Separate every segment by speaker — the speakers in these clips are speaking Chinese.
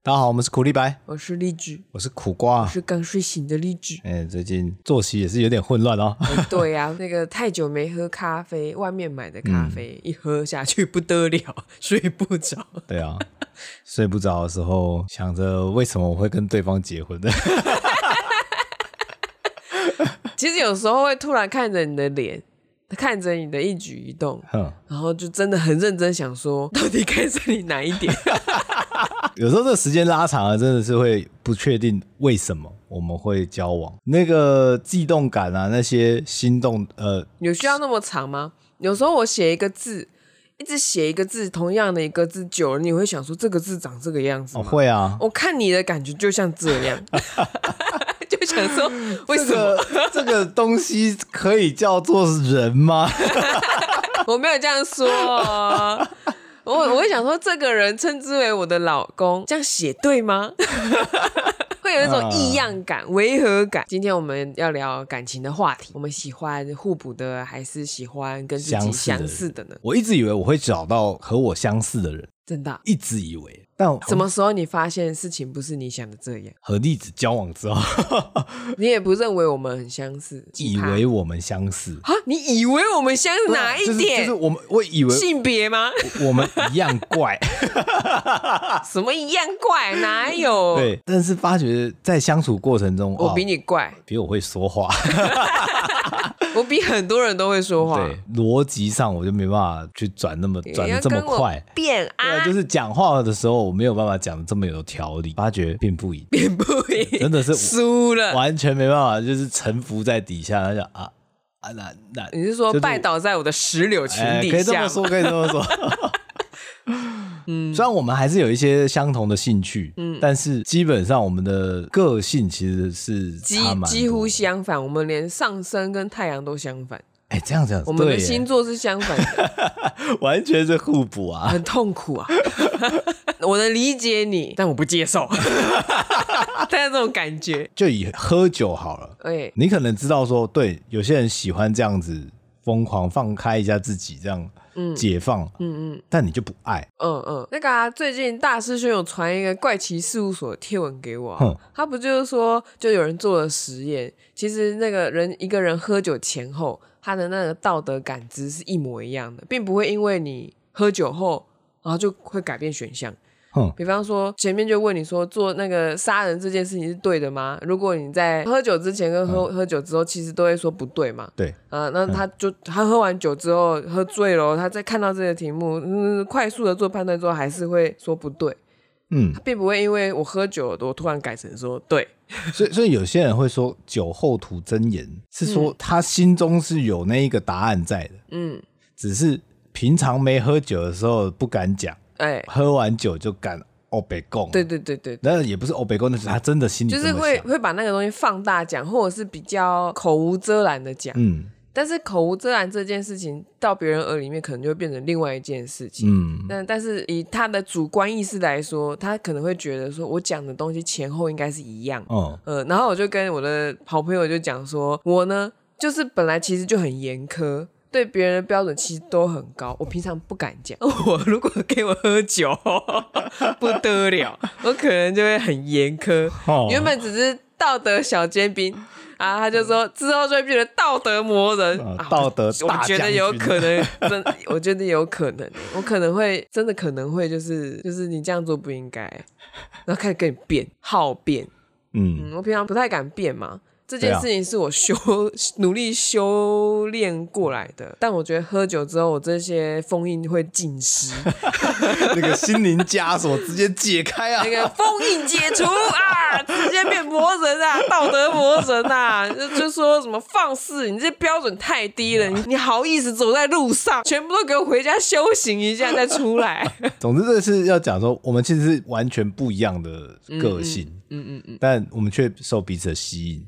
Speaker 1: 大家好，我们是苦力白，
Speaker 2: 我是荔枝，
Speaker 1: 我是苦瓜
Speaker 2: 我
Speaker 1: 啊。。
Speaker 2: 是刚睡醒的荔枝呃
Speaker 1: 哎、最近作息也是有点混乱 哦。
Speaker 2: 对呀、那个太久没喝咖啡，外面买的
Speaker 1: 嗯
Speaker 2: 咖啡、一喝下去不得了， 睡不着。
Speaker 1: 对啊，睡不着的时候想着为什么我会跟对方结婚 的，
Speaker 2: 其实有时候会突然看着你的脸，看着你的一举一动，
Speaker 1: 哼
Speaker 2: 然后就真的很认真想说， 到底该是你哪一点？
Speaker 1: 有时候这个时间拉长了，啊真的是会不确定为什么我们会交往，那个悸动感啊，那些心动，呃，
Speaker 2: 有需要那么长吗？有时候我写一个字，一直写一个字，同样的一个字，久了你会想说这个字长这个样子
Speaker 1: 哦、
Speaker 2: 吗？
Speaker 1: 会啊。
Speaker 2: 我看你的感觉就像这样， 就想说为
Speaker 1: 这
Speaker 2: 什么？
Speaker 1: 个这个东西可以叫做人 吗？
Speaker 2: 我没有这样说、哦。我我会想说，这个人称之为我的老公，这样写对吗？ 会有一
Speaker 1: 啊
Speaker 2: 种异样感、违和感。今天我们要聊感情的话题，我们喜欢互补的，还是喜欢跟自己
Speaker 1: 相似的
Speaker 2: 相
Speaker 1: 人
Speaker 2: 似的呢？
Speaker 1: 我一直以为我会找到和我相似的人，
Speaker 2: 真的啊、
Speaker 1: 一直以为，但我
Speaker 2: 什么时候你发现事情不是你想的这样？
Speaker 1: 和栗子交往之后，
Speaker 2: 你也不认为我们很相似，奇
Speaker 1: 以
Speaker 2: 葩
Speaker 1: 为我们相似，
Speaker 2: 啊？你以为我们相似哪一
Speaker 1: 就是
Speaker 2: 点？
Speaker 1: 就是我们，我以为
Speaker 2: 性别吗？
Speaker 1: 我们一样怪，
Speaker 2: 什么一样怪？哪有？
Speaker 1: 对，但是发觉在相处过程中，
Speaker 2: 哦我比
Speaker 1: 哦
Speaker 2: 你怪，
Speaker 1: 比我会说话，
Speaker 2: 我比很多人都会说话。
Speaker 1: 对，逻辑上我就没办法去转那么
Speaker 2: 你
Speaker 1: 转的
Speaker 2: 要
Speaker 1: 这么
Speaker 2: 跟我
Speaker 1: 快。
Speaker 2: 变
Speaker 1: 对，
Speaker 2: 啊，
Speaker 1: 就是讲话的时候，我没有办法讲的这么有条理，发觉并不一定，
Speaker 2: 变不赢，
Speaker 1: 真的是
Speaker 2: 输了。
Speaker 1: 完全没办法，就是臣服在底下，然后就啊啊那那，
Speaker 2: 你是说
Speaker 1: 就是
Speaker 2: 拜倒在我的石榴裙
Speaker 1: 哎可
Speaker 2: 底
Speaker 1: 以这
Speaker 2: 下
Speaker 1: 么
Speaker 2: 吗？
Speaker 1: 说，可以这么说。
Speaker 2: 嗯
Speaker 1: 虽然我们还是有一些相同的兴趣，但是基本上我们的个性其实是
Speaker 2: 几
Speaker 1: 差蛮多
Speaker 2: 几乎相反，我们连上升跟太阳都相反，
Speaker 1: 哎，这样讲，
Speaker 2: 我们
Speaker 1: 对
Speaker 2: 的
Speaker 1: 耶
Speaker 2: 星座是相 反的，
Speaker 1: 完全是互补啊。
Speaker 2: 很痛苦啊。 我能理解你，但我不 接受。 但是这种感觉，
Speaker 1: 就以喝酒好了，
Speaker 2: 哎，
Speaker 1: 你可能知道说，对，有些人喜欢这样子疯狂放开一下自己，这样解放，嗯嗯，但你就不爱，
Speaker 2: 嗯嗯，那个啊，最近大师兄有传一个怪奇事务所的贴文给我啊、
Speaker 1: 哼
Speaker 2: 他不就是说，就有人做了实验，其实那个人一个人喝酒前后，他的那个道德感知是一模一样的，并不会因为你喝酒后，然后就会改变选项。
Speaker 1: 哼，
Speaker 2: 比方说，前面就问你说做那个杀人这件事情是对的吗？如果你在喝酒之前跟喝、喝酒之后，其实都会说不对嘛。
Speaker 1: 对，
Speaker 2: 啊，
Speaker 1: 嗯
Speaker 2: 那他就他喝完酒之后喝醉了哦，他再看到这个题目，嗯，快速的做判断之后，还是会说不对，
Speaker 1: 嗯
Speaker 2: 他，并不会因为我喝酒了，我突然改成说对，
Speaker 1: 所以所以有些人会说酒后吐真言，是说他心中是有那一个答案在的，
Speaker 2: 嗯，
Speaker 1: 只是平常没喝酒的时候不敢讲，
Speaker 2: 哎，
Speaker 1: 喝完酒就敢哦北贡，
Speaker 2: 对，对对对，
Speaker 1: 那也不是哦北贡，那是他真的心里
Speaker 2: 就
Speaker 1: 这
Speaker 2: 是
Speaker 1: 么
Speaker 2: 会
Speaker 1: 想，
Speaker 2: 会把那个东西放大讲，或者是比较口无遮拦的讲，
Speaker 1: 嗯
Speaker 2: 但是口无遮拦这件事情到别人耳里面可能就会变成另外一件事情。
Speaker 1: 嗯，
Speaker 2: 但但是以他的主观意识来说，他可能会觉得说，我讲的东西前后应该是一样的
Speaker 1: 哦，
Speaker 2: 呃，然后我就跟我的好朋友就讲说，我呢就是本来其实就很严苛，对别人的标准其实都很高，我平常不敢讲。 我如果给我喝酒， 不得了，我可能就会很严苛。
Speaker 1: 哦
Speaker 2: 原本只是道德小尖兵。啊，他就说之后就会变成道德魔人，
Speaker 1: 嗯
Speaker 2: 啊我
Speaker 1: 道德
Speaker 2: 我
Speaker 1: 大
Speaker 2: 觉得
Speaker 1: 将
Speaker 2: 有
Speaker 1: 军
Speaker 2: 可能，真，我觉得有可能，欸我可能会真的可能会就是就是你这样做不应该，啊然后开始跟你辩，好辩，
Speaker 1: 嗯
Speaker 2: 嗯，我平常不太敢变嘛。这件
Speaker 1: 对啊
Speaker 2: 事情是我修、 努力修炼过来的，但我觉得喝酒之后，我这些封印会尽失，
Speaker 1: 那个心灵枷锁直接解开 啊
Speaker 2: 那，个封印解除啊，直接变魔人啊，道德魔人啊，就就说什么放肆，你这标准太低了，你你好意思走在路上，全部都给我回家修行一下再出来。
Speaker 1: 总之，这是要讲说，我们其实是完全不一样的个性，
Speaker 2: 嗯嗯嗯，
Speaker 1: 但我们却受彼此的吸引。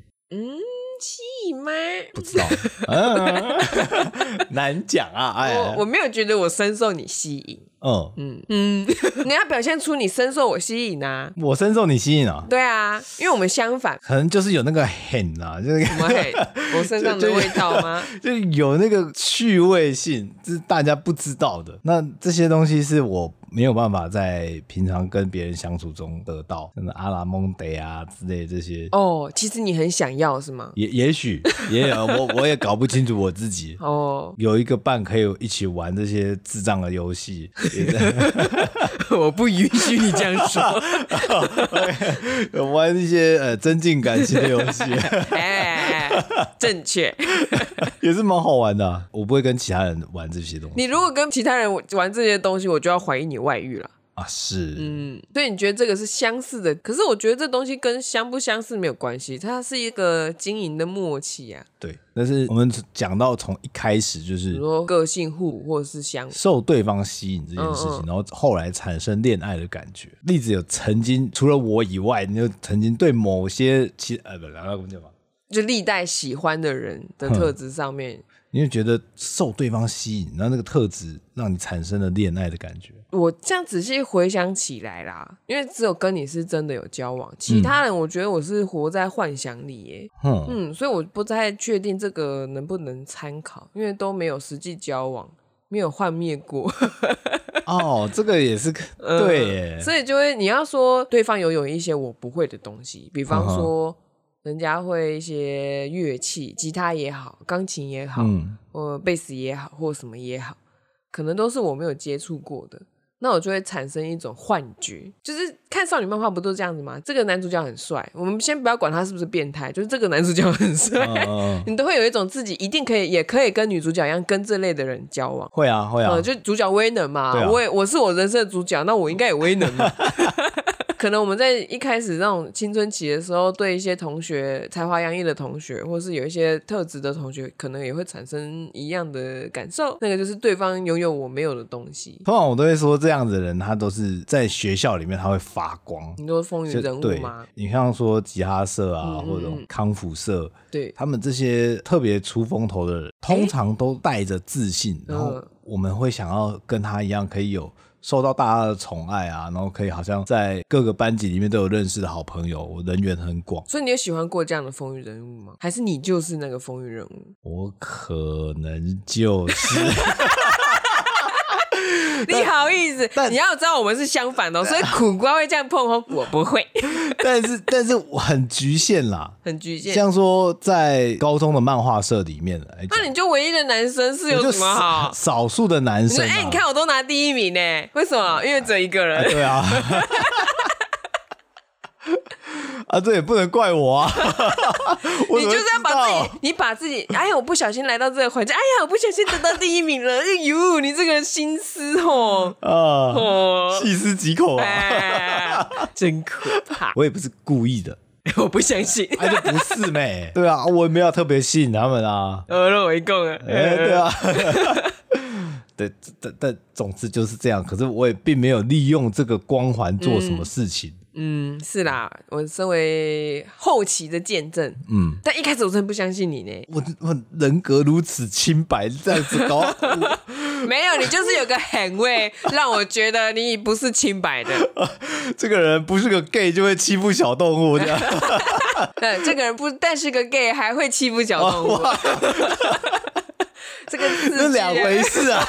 Speaker 2: 气吗？
Speaker 1: 不 知道， 嗯难讲啊，哎，哎啊
Speaker 2: 我我没有觉得我深受你吸引，
Speaker 1: 嗯，
Speaker 2: 嗯嗯，你要表现出你深受我吸引啊。
Speaker 1: 我深受你吸引啊，
Speaker 2: 对啊，因为我们相反，
Speaker 1: 可能就是有那个 hen 啊， 就是
Speaker 2: 我们嘿我身上的味道吗？
Speaker 1: 就有那个趣味性，这是大家不知道的。那这些东西是我没有办法在平常跟别人相处中得到，什么阿拉蒙德啊之类的这些，
Speaker 2: 哦，其实你很想要是吗？
Speaker 1: 也也许也有我我也搞不清楚我自己。
Speaker 2: 哦，
Speaker 1: 有一个伴可以一起玩这些智障的游戏， 也
Speaker 2: 我不允许你这样说。
Speaker 1: 玩一些呃增进感情的游戏，
Speaker 2: 哎，正确。
Speaker 1: 也是蛮好玩的啊、我不会跟其他人玩这些东西
Speaker 2: 你如果跟其他人玩这些东西，我就要怀疑你外遇了。
Speaker 1: 啊，是，
Speaker 2: 嗯，所以你觉得这个是相似的？可是我觉得这东西跟相不相似没有关系，它是一个经营的默契啊。
Speaker 1: 对。但是我们讲到从一开始就
Speaker 2: 比
Speaker 1: 是
Speaker 2: 如说个性互补或者是相，
Speaker 1: 受对方吸引这件事情，
Speaker 2: 嗯嗯
Speaker 1: 然后后来产生恋爱的感觉。例子有曾经除了我以外，你就曾经对某些其呃不，聊聊我们讲吧，
Speaker 2: 就历代喜欢的人的特质上面，
Speaker 1: 你就觉得受对方吸引，然后那个特质让你产生了恋爱的感觉。
Speaker 2: 我这样仔细回想起来啦，因为只有跟你是真的有交往，其他人我觉得我是活在幻想里耶。
Speaker 1: 哼、
Speaker 2: 嗯，所以我不太确定这个能不能参考，因为都没有实际交往，没有幻灭过。嗯
Speaker 1: 哦，这个也 是个、嗯
Speaker 2: 呃
Speaker 1: 对耶，
Speaker 2: 所以就会你要说对方有有一些我不会的东西，比
Speaker 1: 嗯
Speaker 2: 方说人家会一些乐器，吉他也好，钢琴也好，
Speaker 1: 嗯
Speaker 2: 呃，贝斯也好，或什么也好，可能都是我没有接触过的。那我就会产生一种幻觉，就是看少女漫画不都这样子吗？这个男主角很帅，我们先不要管他是不是变态，就是这个男主角很 帅，
Speaker 1: 嗯嗯，嗯
Speaker 2: 你都会有一种自己一定可以，也可以跟女主角一样跟这类的人交往。
Speaker 1: 会啊会啊
Speaker 2: 呃，，就主角威能嘛，
Speaker 1: 对啊
Speaker 2: 我也我是我人生的主角，那我应该也威能 嘛。 可能我们在一开始那种青春期的时候，对一些同学才华洋溢的同学，或是有一些特质的同学，可能也会产生一样的感受。那个就是对方拥有我没有的东西。
Speaker 1: 通常我都会说这样子的人，他都是在学校里面他会发光。
Speaker 2: 你说风云
Speaker 1: 就
Speaker 2: 人物
Speaker 1: 对
Speaker 2: 吗？，
Speaker 1: 你像说吉他社啊，
Speaker 2: 嗯嗯
Speaker 1: 或者
Speaker 2: 嗯
Speaker 1: 康复社，
Speaker 2: 对，
Speaker 1: 他们这些特别出风头的人，通常都带着自信，然
Speaker 2: 嗯
Speaker 1: 后我们会想要跟他一样，可以有受到大家的宠爱啊，然后可以好像在各个班级里面都有认识的好朋友，我人缘很广。
Speaker 2: 所以你有喜欢过这样的风云人物吗？还是你就是那个风云人物？
Speaker 1: 我可能 就是，
Speaker 2: 你好意思？你要知道我们是相反的哦、所以苦瓜会这样碰碰，我不会，
Speaker 1: 但是但是我很局限啦。
Speaker 2: 很局限。
Speaker 1: 像说在高中的漫画社里面来讲
Speaker 2: 那你就唯一的男生是
Speaker 1: 我
Speaker 2: 有
Speaker 1: 就
Speaker 2: 什么好
Speaker 1: 少？少数的男
Speaker 2: 你说，
Speaker 1: 生、啊，
Speaker 2: 哎、你看我都拿第一名呢，为什么？因为只有一个
Speaker 1: 啊
Speaker 2: 人。
Speaker 1: 对啊，啊，这也不能怪我 啊，我
Speaker 2: 你
Speaker 1: 怎么会
Speaker 2: 就是要
Speaker 1: 知
Speaker 2: 把
Speaker 1: 道
Speaker 2: 自己，你把自己，哎呀，我不小心来到这个环境，哎呀，我不小心得到第一名了，哎呦，你这个心思哦，
Speaker 1: 啊，
Speaker 2: 哦，
Speaker 1: 细思极恐啊，
Speaker 2: 哎，真可怕，
Speaker 1: 我也不是故意的，
Speaker 2: 我不相信，
Speaker 1: 哎，就不是妹， 对啊，我也没有特别吸引他们啊，
Speaker 2: 呃，让我一共了，
Speaker 1: 哎，对啊。 对，但但总之就是这样。可是我也并没有利用这个光环做什么事情。
Speaker 2: 嗯，是啦，我身为后期的见证，
Speaker 1: 嗯，
Speaker 2: 但一开始我真的不相信你呢，
Speaker 1: 我我人格如此清白，这样子搞， 我
Speaker 2: 没有，你就是有个很位，让我觉得你不是清白的，
Speaker 1: 这个人不是个 gay 就会欺负小动物这样。
Speaker 2: 对，呃这个人不但是个 gay，还会欺负小动物。 这个刺激
Speaker 1: 哦这两回。事啊，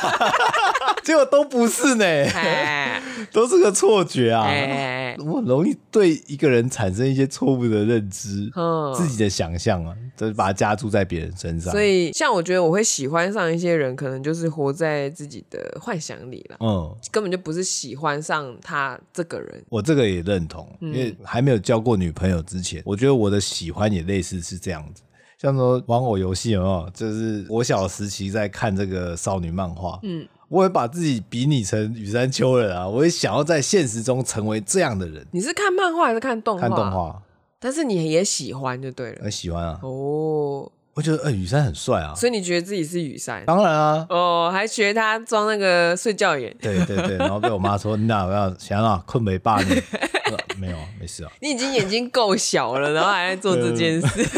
Speaker 1: 结果都不是呢，
Speaker 2: 哎
Speaker 1: 都是个错觉啊。
Speaker 2: 哎，
Speaker 1: 我很容易对一个人产生一些错误的认知，
Speaker 2: 嗯
Speaker 1: 自己的想象啊，就是把它加注在别人身上。
Speaker 2: 所，以像我觉得我会喜欢上一些人，可能就是活在自己的幻想里了，
Speaker 1: 嗯，
Speaker 2: 根本就不是喜欢上他这个人。
Speaker 1: 我这个也认同，
Speaker 2: 嗯
Speaker 1: 因为还没有交过女朋友之前，我觉得我的喜欢也类似是这样子。像说玩偶游戏有没有？就是我小时期在看这个少女漫画，嗯，我也把自己比拟成羽山丘人啊，我也想要在现实中成为这样的人。
Speaker 2: 你是看漫画还是看动画？
Speaker 1: 看动，画
Speaker 2: 但是你也喜欢就对了。
Speaker 1: 很喜欢啊，
Speaker 2: 哦，
Speaker 1: 我觉得，呃、雨山很帅啊，
Speaker 2: 所以你觉得自己是雨山？
Speaker 1: 当然啊，
Speaker 2: 哦，还学他装那个睡觉眼。
Speaker 1: 对对对，然后被我妈说，你哪有要想要困没 爸你、呃没有，没事啊，
Speaker 2: 你已经眼睛够小了，然后还在做这件事。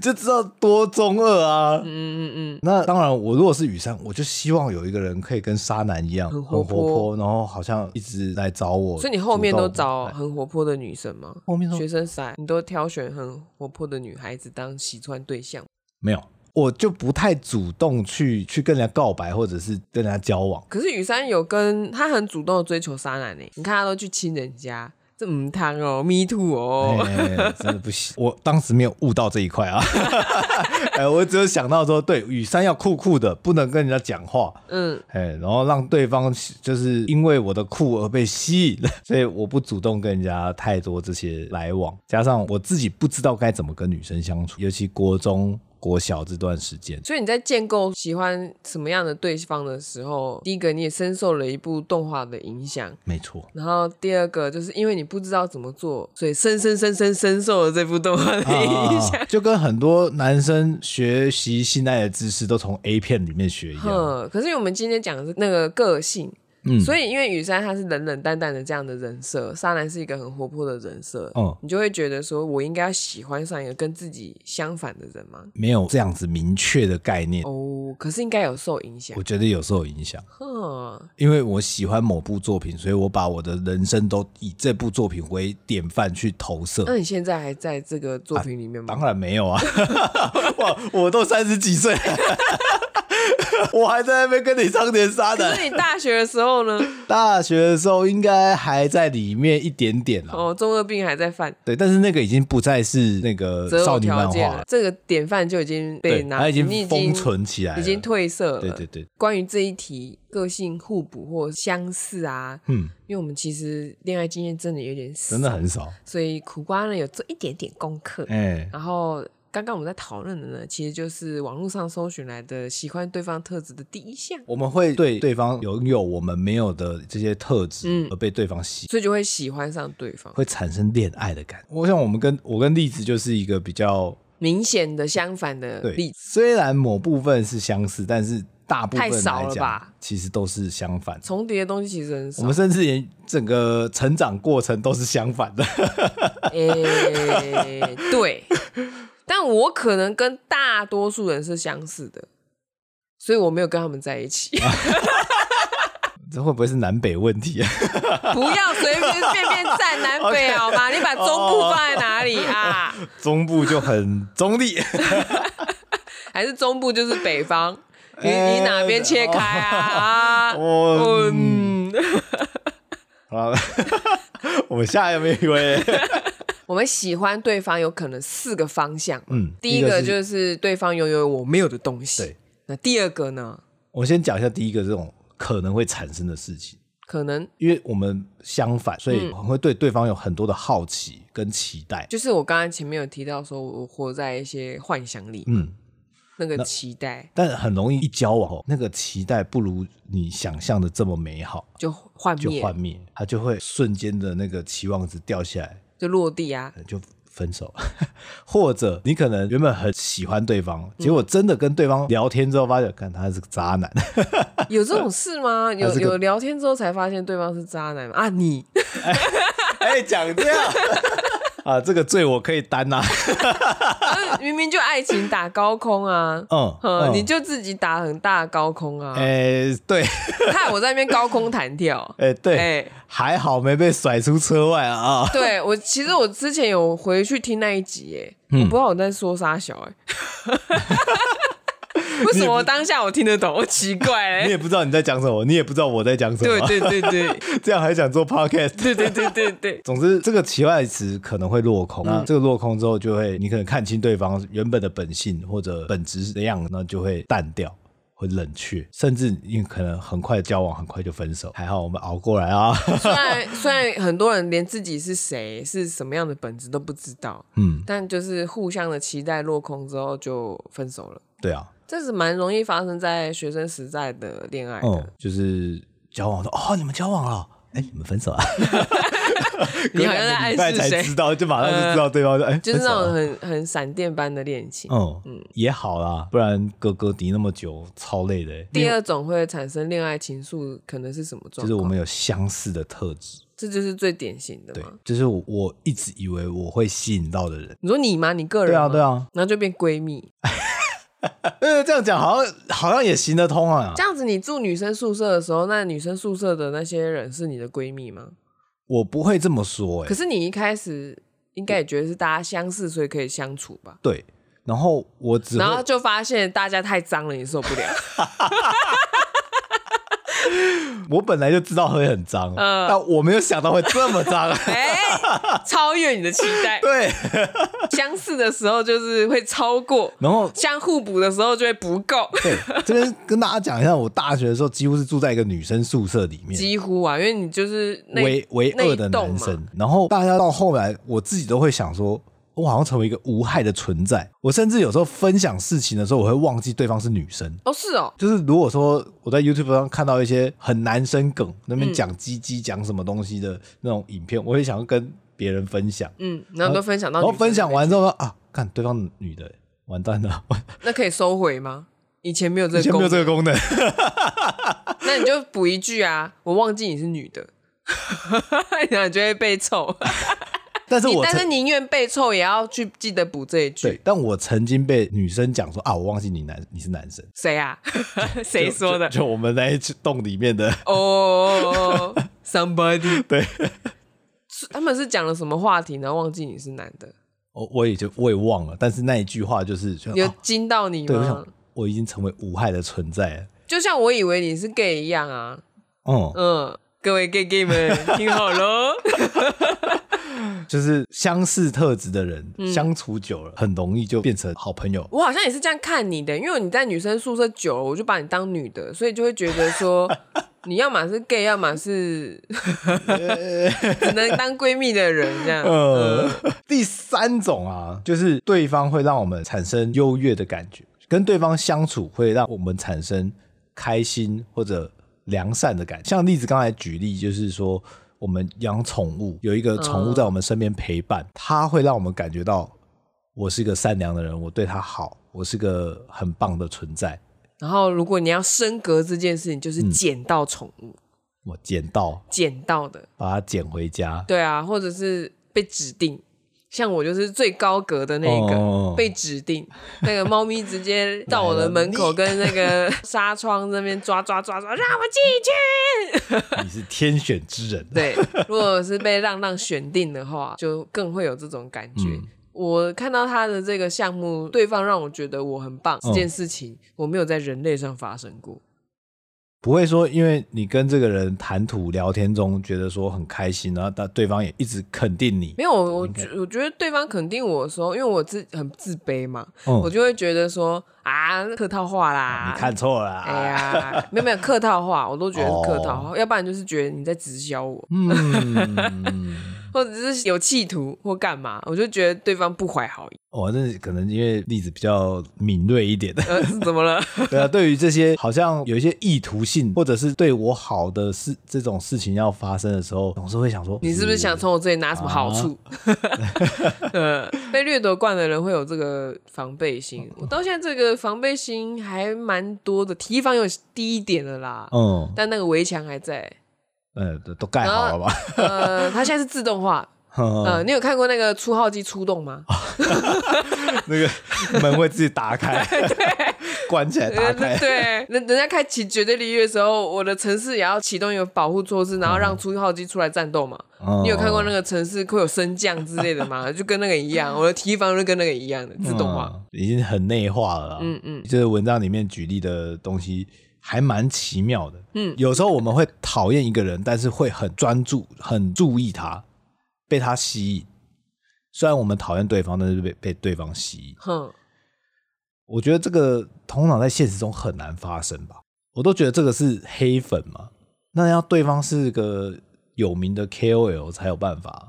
Speaker 1: 就知道多中二啊。
Speaker 2: 嗯嗯嗯，
Speaker 1: 那当然，我如果是雨山，我就希望有一个人可以跟沙男一样
Speaker 2: 很
Speaker 1: 很
Speaker 2: 活
Speaker 1: 活
Speaker 2: 泼
Speaker 1: 泼，然后好像一直来找我。
Speaker 2: 所以你后面都
Speaker 1: 主动哎
Speaker 2: 找很活泼的女生吗？
Speaker 1: 后面都
Speaker 2: 学生赛，你都挑选很活泼的女孩子当喜欢对象，
Speaker 1: 没有，我就不太主动去去跟人家告白，或者是跟人家交往。
Speaker 2: 可是雨山有跟他很主动的追求渣男呢、欸你看他都去亲人家，这母汤哦，me too 哦，
Speaker 1: 哎，真的不行，我当时没有悟到这一块啊。 哎，我只有想到说，对，雨山要酷酷的，不能跟人家讲话。
Speaker 2: 嗯，
Speaker 1: 哎，然后让对方就是因为我的酷而被吸引，所以我不主动跟人家太多这些来往，加上我自己不知道该怎么跟女生相处，尤其国中、国小这段时间，
Speaker 2: 所以你在建构喜欢什么样的对方的时候，第一个你也深受了一部动画的影响。
Speaker 1: 没 错。
Speaker 2: 然后第二个就是因为你不知道怎么做，所以深深深深深受了这部动
Speaker 1: 啊
Speaker 2: 画的影响。
Speaker 1: 就跟很多男生学习性爱的知识都从 A 片里面学一样，
Speaker 2: 嗯哼，可是因为我们今天讲的是那个个性，
Speaker 1: 嗯，
Speaker 2: 所以因为雨山他是冷冷淡淡的这样的人设，沙男是一个很活泼的人设，
Speaker 1: 嗯
Speaker 2: 你就会觉得说我应该要喜欢上一个跟自己相反的人吗？
Speaker 1: 没有这样子明确的概念，
Speaker 2: 哦，可是应该有受影响
Speaker 1: 我。觉得有时候有影响。
Speaker 2: 哼，
Speaker 1: 因为我喜欢某部作品，所以我把我的人生都以这部作品为典范去投射。
Speaker 2: 那你现在还在这个作品里面吗？
Speaker 1: 当然没有啊！ 哇，我都三十几岁 了，我还在那边跟你唱点沙
Speaker 2: 可
Speaker 1: 男。
Speaker 2: 是你大学的时候 呢？
Speaker 1: 大学的时候应该还在里面一点点啦，
Speaker 2: 哦，中二病还在犯，
Speaker 1: 对，但是那个已经不再是那个
Speaker 2: 择偶
Speaker 1: 少女
Speaker 2: 条
Speaker 1: 漫
Speaker 2: 件
Speaker 1: 画
Speaker 2: 了
Speaker 1: 了，，
Speaker 2: 这个典范就已经
Speaker 1: 对，
Speaker 2: 被拿，
Speaker 1: 它已
Speaker 2: 你
Speaker 1: 经
Speaker 2: 已
Speaker 1: 封
Speaker 2: 经
Speaker 1: 存起来了，
Speaker 2: 已经褪色了。
Speaker 1: 对对对，
Speaker 2: 关于这一题，个性互补或相似啊，
Speaker 1: 嗯，
Speaker 2: 因为我们其实恋爱经验真的有点少，
Speaker 1: 真的很少，
Speaker 2: 所以苦瓜呢有做一点点功课。
Speaker 1: 哎，
Speaker 2: 然后刚刚我们在讨论的呢，其实就是网络上搜寻来的喜欢对方特质的第一项，
Speaker 1: 我们会对对方拥有我们没有的这些特质
Speaker 2: 嗯，
Speaker 1: 而被对方吸引。
Speaker 2: 所以就会喜欢上对方，
Speaker 1: 会产生恋爱的感觉。我想我们跟我跟栗子就是一个比较
Speaker 2: 明显的相反的例
Speaker 1: 对，
Speaker 2: 呃子。
Speaker 1: 虽然某部分是相似，但是大部分
Speaker 2: 太少
Speaker 1: 来
Speaker 2: 了
Speaker 1: 讲
Speaker 2: 吧，
Speaker 1: 其实都是相反。
Speaker 2: 重叠的东西其实很
Speaker 1: 我
Speaker 2: 少
Speaker 1: 们，甚至连整个成长过程都是相反的。
Speaker 2: 诶、哎对，但我可能跟大多数人是相似的，所以我没有跟他们在 一起。
Speaker 1: 这会不会是南北问题啊？
Speaker 2: 不要随便便便站南北好吗？你把中部放在哪里啊？
Speaker 1: 中部就很 中 立，
Speaker 2: 还是中部就是北方？你
Speaker 1: 哎
Speaker 2: 你哪边切开啊？
Speaker 1: 哦
Speaker 2: 啊，
Speaker 1: 我
Speaker 2: 嗯，
Speaker 1: 啊， 我们下一位一 位，
Speaker 2: 我们喜欢对方有可能四个方向。
Speaker 1: 嗯，
Speaker 2: 第一个
Speaker 1: 是
Speaker 2: 就是对方拥有我没有的东西
Speaker 1: 对。
Speaker 2: 那第二个呢？
Speaker 1: 我先讲一下第一个这种可能会产生的事情。
Speaker 2: 可能
Speaker 1: 因为我们相反，所以
Speaker 2: 嗯
Speaker 1: 我们会对对方有很多的好奇跟期待。
Speaker 2: 就是我刚刚前面有提到说，我活在一些幻想里，
Speaker 1: 嗯，
Speaker 2: 那个期待
Speaker 1: 但很容易一交往后，那个期待不如你想象的这么美好，
Speaker 2: 就幻
Speaker 1: 就
Speaker 2: 灭，
Speaker 1: 幻灭，他就会瞬间的那个期望值掉下来，
Speaker 2: 就落地啊
Speaker 1: 可。能就分手。 或者你可能原本很喜欢对方，
Speaker 2: 嗯
Speaker 1: 结果真的跟对方聊天之后，发现看他是个渣男，
Speaker 2: 有这种事吗？有
Speaker 1: 这个
Speaker 2: 有聊天之后才发现对方是渣男吗？啊，你
Speaker 1: 哎，讲这样 啊，这个罪我可以担 呐、
Speaker 2: 啊明明就爱情打高空啊，
Speaker 1: 嗯
Speaker 2: 呃，
Speaker 1: 嗯
Speaker 2: 你就自己打很大的高空啊，
Speaker 1: 哎，对，。
Speaker 2: 害我在那边高空弹跳
Speaker 1: 哎对，
Speaker 2: 哎
Speaker 1: 还好没被甩出车外啊。
Speaker 2: 对我其实我之前有回去听那一集，哎，
Speaker 1: 嗯
Speaker 2: 我不知道我在说啥小 哎，为什么当下我听得懂？我奇怪
Speaker 1: 你
Speaker 2: 哎，
Speaker 1: 也不知道你在讲什么，你也不知道我在讲什么，
Speaker 2: 对对对对
Speaker 1: 这样还想做 podcast？
Speaker 2: 对对对对对，
Speaker 1: 总之，这个期待值可能会落空。那这个落空之后，就会你可能看清对方原本的本性或者本质的样子，那就会淡掉，会冷却，甚至你可能很快交往，很快就分手。还好我们熬过来啊。
Speaker 2: 虽然虽然很多人连自己是谁是什么样的本质都不知道，
Speaker 1: 嗯，
Speaker 2: 但就是互相的期待落空之后就分手了。
Speaker 1: 对啊，
Speaker 2: 这是蛮容易发生在学生时代的恋爱的，
Speaker 1: 嗯，就是交往说哦，你们交往了，哎、你们分手啊？
Speaker 2: 你好像在
Speaker 1: 隔两个礼
Speaker 2: 暗示
Speaker 1: 拜才
Speaker 2: 谁？嗯
Speaker 1: 知道，就马上就知道对方说，哎、
Speaker 2: 就是
Speaker 1: 分手
Speaker 2: 那
Speaker 1: 了
Speaker 2: 种很很闪电般的恋情。
Speaker 1: 嗯，也好啦，不然哥哥敌那么久，超累
Speaker 2: 啊
Speaker 1: 的欸。
Speaker 2: 第二种会产生恋爱情愫，可能是什么
Speaker 1: 就
Speaker 2: 状况？
Speaker 1: 是我们有相似的特质，
Speaker 2: 这就是最典型的
Speaker 1: 对
Speaker 2: 嘛。，
Speaker 1: 就是我我一直以为我会吸引到的人。
Speaker 2: 你说你吗？你个人
Speaker 1: 对啊，
Speaker 2: 吗
Speaker 1: 对， 啊，
Speaker 2: 然后就变闺蜜。
Speaker 1: 呃，这样讲好像好像也行得通啊
Speaker 2: 这。样子，你住女生宿舍的时候，那女生宿舍的那些人是你的闺蜜吗？
Speaker 1: 我不会这么说、欸，
Speaker 2: 可是你一开始应该也觉得是大家相似，所以可以相处吧？
Speaker 1: 对。然后我只
Speaker 2: 然后
Speaker 1: 会
Speaker 2: 就发现大家太脏了，你受不 了。
Speaker 1: 我本来就知道会很脏，
Speaker 2: 嗯
Speaker 1: 但我没有想到会这么 脏。
Speaker 2: 哎、超越你的期 待。
Speaker 1: 对，
Speaker 2: 相似的时候就是会超过，
Speaker 1: 然后
Speaker 2: 相互补的时候就会不够。
Speaker 1: 对，这边跟大家讲一下，我大学的时候几乎是住在一个女生宿舍里面，
Speaker 2: 几乎啊，因为你就是那
Speaker 1: 唯唯
Speaker 2: 那
Speaker 1: 二
Speaker 2: 一
Speaker 1: 的
Speaker 2: 栋
Speaker 1: 男
Speaker 2: 嘛
Speaker 1: 生。然后大家到后来，我自己都会想说，我好像成为一个无害的存在。我甚至有时候分享事情的时候，我会忘记对方是女生。
Speaker 2: 哦，是哦，
Speaker 1: 就是如果说我在 YouTube 上看到一些很男生梗，那
Speaker 2: 嗯
Speaker 1: 边讲鸡鸡讲什么东西的那种影片，我会想要跟别人分享。
Speaker 2: 嗯，然后都分享到
Speaker 1: 然后
Speaker 2: 女生那边，
Speaker 1: 分享完之后啊，看对方女的，欸完蛋了，
Speaker 2: 那可以收回吗？以前没有这
Speaker 1: 以
Speaker 2: 个
Speaker 1: 前没
Speaker 2: 功
Speaker 1: 有
Speaker 2: 能，
Speaker 1: 这个功能。
Speaker 2: 那你就补一句啊，我忘记你是女的， 然后你就会被臭。
Speaker 1: 但是
Speaker 2: 你
Speaker 1: 我
Speaker 2: 但
Speaker 1: 曾
Speaker 2: 是宁愿被臭，也要去记得补这一
Speaker 1: 对
Speaker 2: 句。，
Speaker 1: 但我曾经被女生讲说啊，我忘记你男你是男生，
Speaker 2: 谁啊？ 谁说的？
Speaker 1: 就就我们那一栋里面的，
Speaker 2: 哦、s o m e b o d y
Speaker 1: 对，
Speaker 2: 是他们是讲了什么话题，然后忘记你是男的，
Speaker 1: 我我也就我也忘了，但是那一句话就是就、
Speaker 2: 有
Speaker 1: 哦、
Speaker 2: 惊到你
Speaker 1: 对，我想
Speaker 2: 吗？
Speaker 1: 我已经成为无害的存在了，
Speaker 2: 就像我以为你是 gay 一样啊，
Speaker 1: 嗯，
Speaker 2: 嗯，各位 gay gay 们听好喽，
Speaker 1: 就是相似特质的人、
Speaker 2: 嗯
Speaker 1: 相处久了，很容易就变成好朋友。
Speaker 2: 我好像也是这样看你的，因为你在女生宿舍久了，我就把你当女的，所以就会觉得说。你要么是 gay，要么是只能当闺蜜的人这样。嗯
Speaker 1: 呃，第三种啊，就是对方会让我们产生优越的感觉，跟对方相处会让我们产生开心或者良善的感觉。像例子刚才举例，就是说我们养宠物，有一个
Speaker 2: 嗯
Speaker 1: 宠物在我们身边陪伴，它会让我们感觉到我是一个善良的人，我对它好，我是个很棒的存在。
Speaker 2: 然后，如果你要升格这件事情，就是捡到宠物，
Speaker 1: 我捡到，
Speaker 2: 捡到的，
Speaker 1: 把它捡回家。
Speaker 2: 对啊，或者是被指定，像我就是最高格的那一个，
Speaker 1: 哦
Speaker 2: 被指定，那个猫咪直接到我的门口跟那个纱窗那边抓抓抓抓，让我进去。
Speaker 1: 你是天选之 人。
Speaker 2: 对，如果是被浪浪选定的话，就更会有这种感觉。
Speaker 1: 嗯
Speaker 2: 我看到他的这个项目，对方让我觉得我很
Speaker 1: 嗯
Speaker 2: 棒，这件事情我没有在人类上发生过。
Speaker 1: 不会说，因为你跟这个人谈吐聊天中觉得说很开心，然后他对方也一直肯定你
Speaker 2: 没，有，我我觉我觉得对方肯定我的时候，因为我自很自卑嘛，
Speaker 1: 嗯
Speaker 2: 我就会觉得说啊，客套话啦，
Speaker 1: 哦你看错了、
Speaker 2: 哎
Speaker 1: 啊。
Speaker 2: 呀，没有没有客套话，我都觉得是客套话，
Speaker 1: 哦
Speaker 2: 要不然就是觉得你在直销我，
Speaker 1: 嗯，
Speaker 2: 或者是有企图或干嘛，我就觉得对方不怀好意。
Speaker 1: 我这可能因为例子比较敏锐一点，
Speaker 2: 呃，是怎么了？
Speaker 1: 对啊，对于这些好像有一些意图性，或者是对我好的事这种事情要发生的时候，总是啊会想说，
Speaker 2: 你是不是想从我这里拿什么 好处？呃，被掠夺惯的人会有这个防备心，我到现在这个防备心还蛮多的，提防有低一点了啦，
Speaker 1: 嗯
Speaker 2: 但那个围墙还在。
Speaker 1: 呃都都盖好了吧？嗯
Speaker 2: 呃，它现在是自动化。
Speaker 1: 哦
Speaker 2: 呃，你有看过那个出号机出动吗？
Speaker 1: 那 个门会自己打开， 关起来打开
Speaker 2: 呃，对，人人家开启绝对领域的时候，我的城市也要启动一个保护措施，然
Speaker 1: 哦
Speaker 2: 后让出号机出来战斗嘛。
Speaker 1: 嗯
Speaker 2: 你有看过那个城市会有升降之类的吗？ 就跟那个一样，我的提防就跟那个一样的自动化。
Speaker 1: 嗯已经很内化了。嗯嗯，就是文章里面举例的东西还蛮奇妙的。嗯，有时候我们会讨厌一个人，但是会很专注、很注意他，被他吸引。虽然我们讨厌对方，但是被被对方吸引。
Speaker 2: 哼，
Speaker 1: 我觉得这个通常在现实中很难发生吧。我都觉得这个是黑粉嘛，那要对方是个有名的 KOL 才有办法。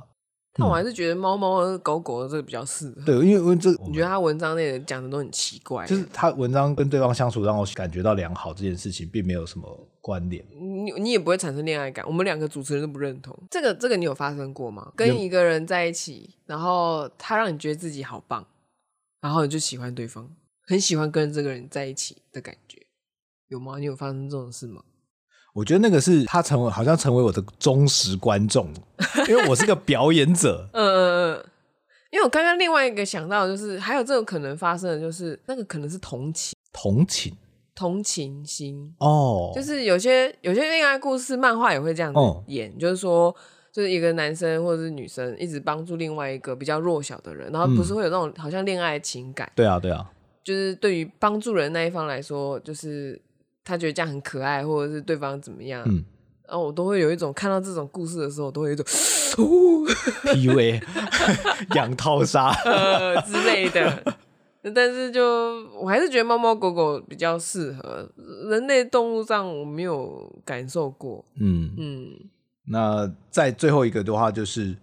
Speaker 2: 但我还是觉得猫猫和狗狗的这个比较适合。
Speaker 1: 对，因为因为这我
Speaker 2: 你
Speaker 1: 们
Speaker 2: 觉得他文章内容讲的都很奇怪，
Speaker 1: 就是他文章跟对方相处让我感觉到良好这件事情，并没有什么关联。
Speaker 2: 你你也不会产生恋爱感。我们两个主持人都不认同这个，这个你有发生过吗？跟一个人在一起，然后他让你觉得自己好棒，然后你就喜欢对方，很喜欢跟这个人在一起的感觉，有吗？你有发生这种事吗？。
Speaker 1: 我觉得那个是他成为好像成为我的忠实观众，因为我是个表演者
Speaker 2: 嗯嗯嗯。因为我刚刚另外一个想到的就是，还有这种可能发生的就是那个可能是同情
Speaker 1: 同情
Speaker 2: 同情心，
Speaker 1: 哦，
Speaker 2: 就是有些有些恋爱故事漫画也会这样子
Speaker 1: 哦
Speaker 2: 演，就是说。就是一个男生或者是女生一直帮助另外一个比较弱小的人，然后不
Speaker 1: 嗯
Speaker 2: 是会有那种好像恋爱情感，
Speaker 1: 对啊，对啊，
Speaker 2: 就是对于帮助人那一方来说，就是他觉得这样很可爱，或者是对方怎么样，
Speaker 1: 嗯
Speaker 2: 然后我都会有一种看到这种故事的时候，我都会有一 种哦
Speaker 1: ，PUA，养套杀，
Speaker 2: 呃之类的。但是就我还是觉得猫猫狗狗比较适合，人类动物上我没有感受过。
Speaker 1: 嗯。
Speaker 2: 嗯，
Speaker 1: 那在最后一个的话，就是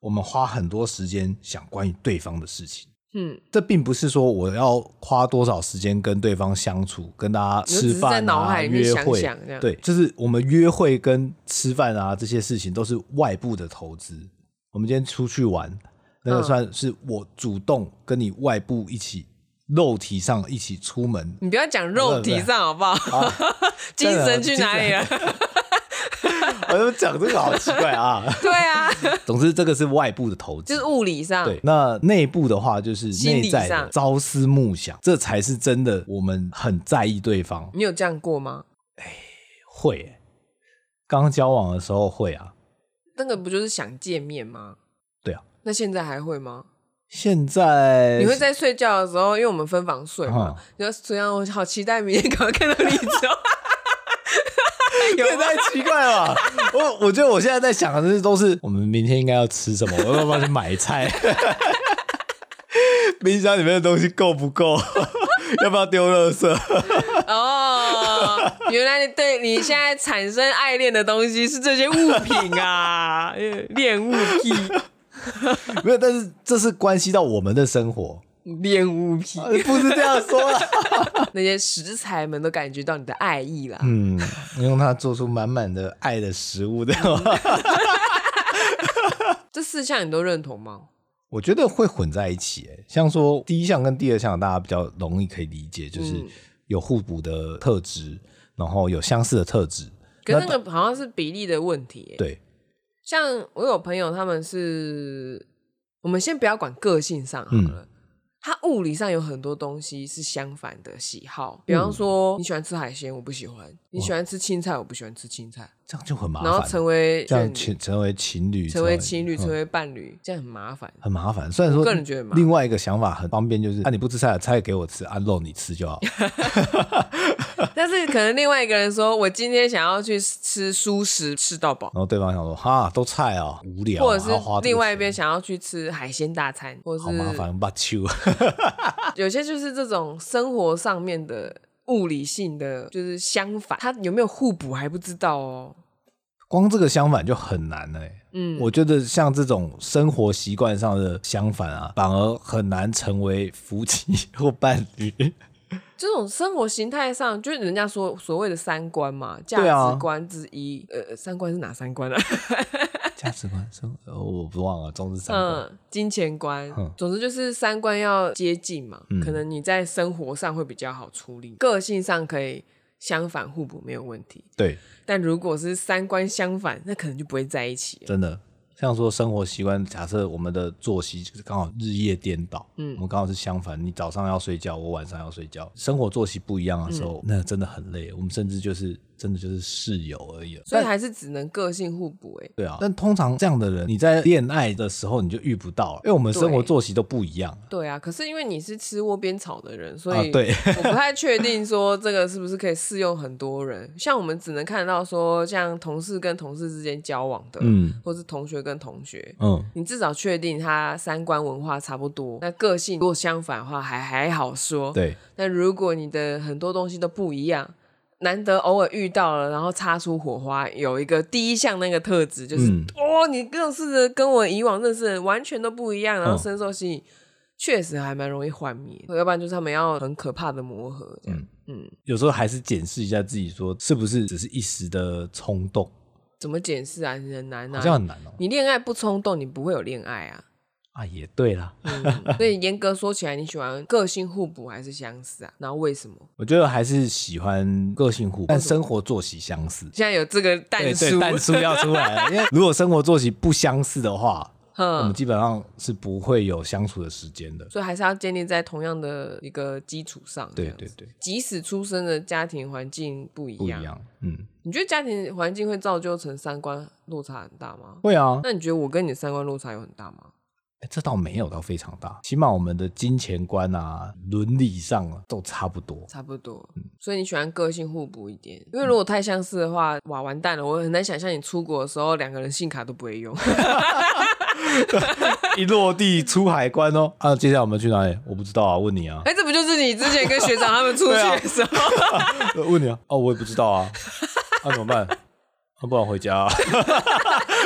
Speaker 1: 我们花很多时间想关于对方的事情。
Speaker 2: 嗯，
Speaker 1: 这并不是说我要花多少时间跟对方相处，跟大家吃
Speaker 2: 你就只是在
Speaker 1: 饭
Speaker 2: 脑
Speaker 1: 啊、
Speaker 2: 海里面
Speaker 1: 约
Speaker 2: 想
Speaker 1: 会
Speaker 2: 想这样
Speaker 1: 对，就是我们约会跟吃饭啊这些事情都是外部的投资。我们今天出去玩，那个
Speaker 2: 嗯
Speaker 1: 算是我主动跟你外部一起肉体上一起出门啊
Speaker 2: 你不要讲肉体上好不好？ 精神去哪里了？
Speaker 1: 我怎么讲这个好奇怪啊！
Speaker 2: 对啊，
Speaker 1: 总之，这个是外部的投资
Speaker 2: 就是。物理上。
Speaker 1: 对，那内部的话就是
Speaker 2: 心理
Speaker 1: 内在的
Speaker 2: 上
Speaker 1: 朝思暮想，这才是真的我们很在意对方。
Speaker 2: 你有这样过吗？
Speaker 1: 会欸、刚交往的时候会啊，
Speaker 2: 那个不就是想见面吗？
Speaker 1: 对啊。呃
Speaker 2: 那现在还会吗？
Speaker 1: 现在
Speaker 2: 你会在睡觉的时候，因为我们分房睡嘛
Speaker 1: 嗯，
Speaker 2: 你要这样，我好期待明天赶快看到你走。
Speaker 1: 这也太奇怪了吧？嗯啊 我我觉得我现在在想的是，都是我们明天应该要吃什么，我要不要去买菜？ 冰箱里面的东西够不够？ 要不要丢垃圾？
Speaker 2: 哦，原来你对你现在产生爱恋的东西是这些物品 啊，恋物癖，
Speaker 1: 没有，但是这是关系到我们的生活，
Speaker 2: 恋物 癖，
Speaker 1: 呃不是这样说啦。
Speaker 2: 那些食材们都感觉到你的爱意啦。
Speaker 1: 嗯，用它做出满满的爱的食物的，
Speaker 2: 这四项你都认同吗？
Speaker 1: 我觉得会混在一起欸。像说第一项跟第二项，大家比较容易可以理解，就是
Speaker 2: 嗯
Speaker 1: 有互补的特质，然后有相似的特质。
Speaker 2: 可是
Speaker 1: 那
Speaker 2: 那个好像是比例的问题耶、
Speaker 1: 对，
Speaker 2: 像我有朋友，他们是，我们先不要管个性上好
Speaker 1: 嗯
Speaker 2: 了。他物理上有很多东西是相反的喜
Speaker 1: 嗯
Speaker 2: 好，比方说你喜欢吃海鲜，我不喜欢；你喜欢吃青菜，我不喜欢吃青菜。
Speaker 1: 这样就很哦麻
Speaker 2: 然后
Speaker 1: 烦。
Speaker 2: 成为
Speaker 1: 这样
Speaker 2: 伴侣
Speaker 1: 情成为情侣，
Speaker 2: 成为情侣、
Speaker 1: 嗯
Speaker 2: 成为伴侣，这样很麻烦。
Speaker 1: 很麻烦。虽然说，
Speaker 2: 我个人觉得麻烦
Speaker 1: 另外一个想法很方便，就是啊，你不吃菜，菜给我吃，啊肉你吃就好。
Speaker 2: 但是可能另外一个人说，我今天想要去吃素食，吃到饱。
Speaker 1: 然后对方想说，哈，都菜啊，无嗯聊啊，
Speaker 2: 或者是
Speaker 1: 还要花这个
Speaker 2: 另外一
Speaker 1: 钱
Speaker 2: 边想要去吃海鲜大餐，或
Speaker 1: 好麻
Speaker 2: 是
Speaker 1: 烦，哦把球。
Speaker 2: 有些就是这种生活上面的物理性的就是相反，它有没有互补还不知道哦。
Speaker 1: 光这个相反就很难了欸、
Speaker 2: 嗯
Speaker 1: 我觉得像这种生活习惯上的相反啊，反而很难成为夫妻或伴 侣。
Speaker 2: 这种生活形态上，就是人家说所谓的三观嘛，价
Speaker 1: 对啊
Speaker 2: 值观之一。呃，三观是哪三观啊？
Speaker 1: 价值观、生呃我不忘了，总之三观。
Speaker 2: 嗯，金钱观
Speaker 1: 嗯，
Speaker 2: 总之就是三观要接近嘛，
Speaker 1: 嗯
Speaker 2: 可能你在生活上会比较好处理，个性上可以相反互补没有问题。
Speaker 1: 对，
Speaker 2: 但如果是三观相反，那可能就不会在一起了。
Speaker 1: 真的。像说生活习惯，假设我们的作息就是刚好日夜颠倒，嗯，我们刚好是相反，你早上要睡觉，我晚上要睡觉，生活作息不一样的时候，
Speaker 2: 嗯
Speaker 1: 那真的很累。我们甚至就是真的就是室友而已了。
Speaker 2: 所以还是只能个性互补、欸。
Speaker 1: 对啊，但通常这样的人，你在恋爱的时候你就遇不到了，因为我们生活
Speaker 2: 对
Speaker 1: 作息都不一样。
Speaker 2: 对啊，可是因为你是吃窝边草的人，所
Speaker 1: 啊
Speaker 2: 以、
Speaker 1: 对
Speaker 2: 我不太确定说这个是不是可以适用很多人。像我们只能看到说，像同事跟同事之间交往的，
Speaker 1: 嗯
Speaker 2: 或是同学跟同学，
Speaker 1: 嗯，
Speaker 2: 你至少确定他三观文化差不多，那个性如果相反的话还还好说。
Speaker 1: 对，
Speaker 2: 那如果你的很多东西都不一样，难得偶尔遇到了，然后擦出火花，有一个第一项那个特质就是，
Speaker 1: 嗯
Speaker 2: 哦，你认识的跟我以往认识的人完全都不一样，然后
Speaker 1: 嗯
Speaker 2: 深受吸引，确实还蛮容易幻灭。要不然就是他们要很可怕的磨合，这样。
Speaker 1: 嗯有时候还是检视一下自己，说是不是只是一时的冲动，
Speaker 2: 怎么解释啊？很难啊！
Speaker 1: 好像很难哦、
Speaker 2: 你恋爱不冲动，你不会有恋爱啊。
Speaker 1: 啊，也对啦，
Speaker 2: 嗯所以严格说起来，你喜欢个性互补还是相似啊？然后为什么？
Speaker 1: 我觉得还是喜欢个性互补，但生活作息相似。
Speaker 2: 现在有这个
Speaker 1: 对
Speaker 2: 蛋
Speaker 1: 对，
Speaker 2: 叔，
Speaker 1: 蛋叔 要出 来了，因为如果生活作息不相似的话，我们
Speaker 2: 嗯，
Speaker 1: 基本上是不会有相处的时间的。
Speaker 2: 所以还是要建立在同样的一个基础上。
Speaker 1: 对
Speaker 2: 这样
Speaker 1: 对
Speaker 2: 子，
Speaker 1: 对，
Speaker 2: 即使出生的家庭环境不一
Speaker 1: 不一
Speaker 2: 样，
Speaker 1: 样。嗯，
Speaker 2: 你觉得家庭环境会造就成三观落差很大吗？
Speaker 1: 会啊，
Speaker 2: 那你觉得我跟你的三观落差有很大吗？
Speaker 1: 欸这倒没有到非常大，起码我们的金钱观啊、伦理上啊都差不 多。
Speaker 2: 差不多，
Speaker 1: 嗯
Speaker 2: 所以你喜欢个性互补一点，因为如果太相似的话，哇，完蛋了！我很难想象你出国的时候，两个人信卡都不会用。
Speaker 1: 一落地出海关哦，啊，接下来我们去哪里？我不知道啊，问你 啊，
Speaker 2: 哎、这不就是你之前跟学长他们出去的时候？
Speaker 1: 呃问你啊，哦，我也不知道啊，那、怎么办？啊、不然回家、啊。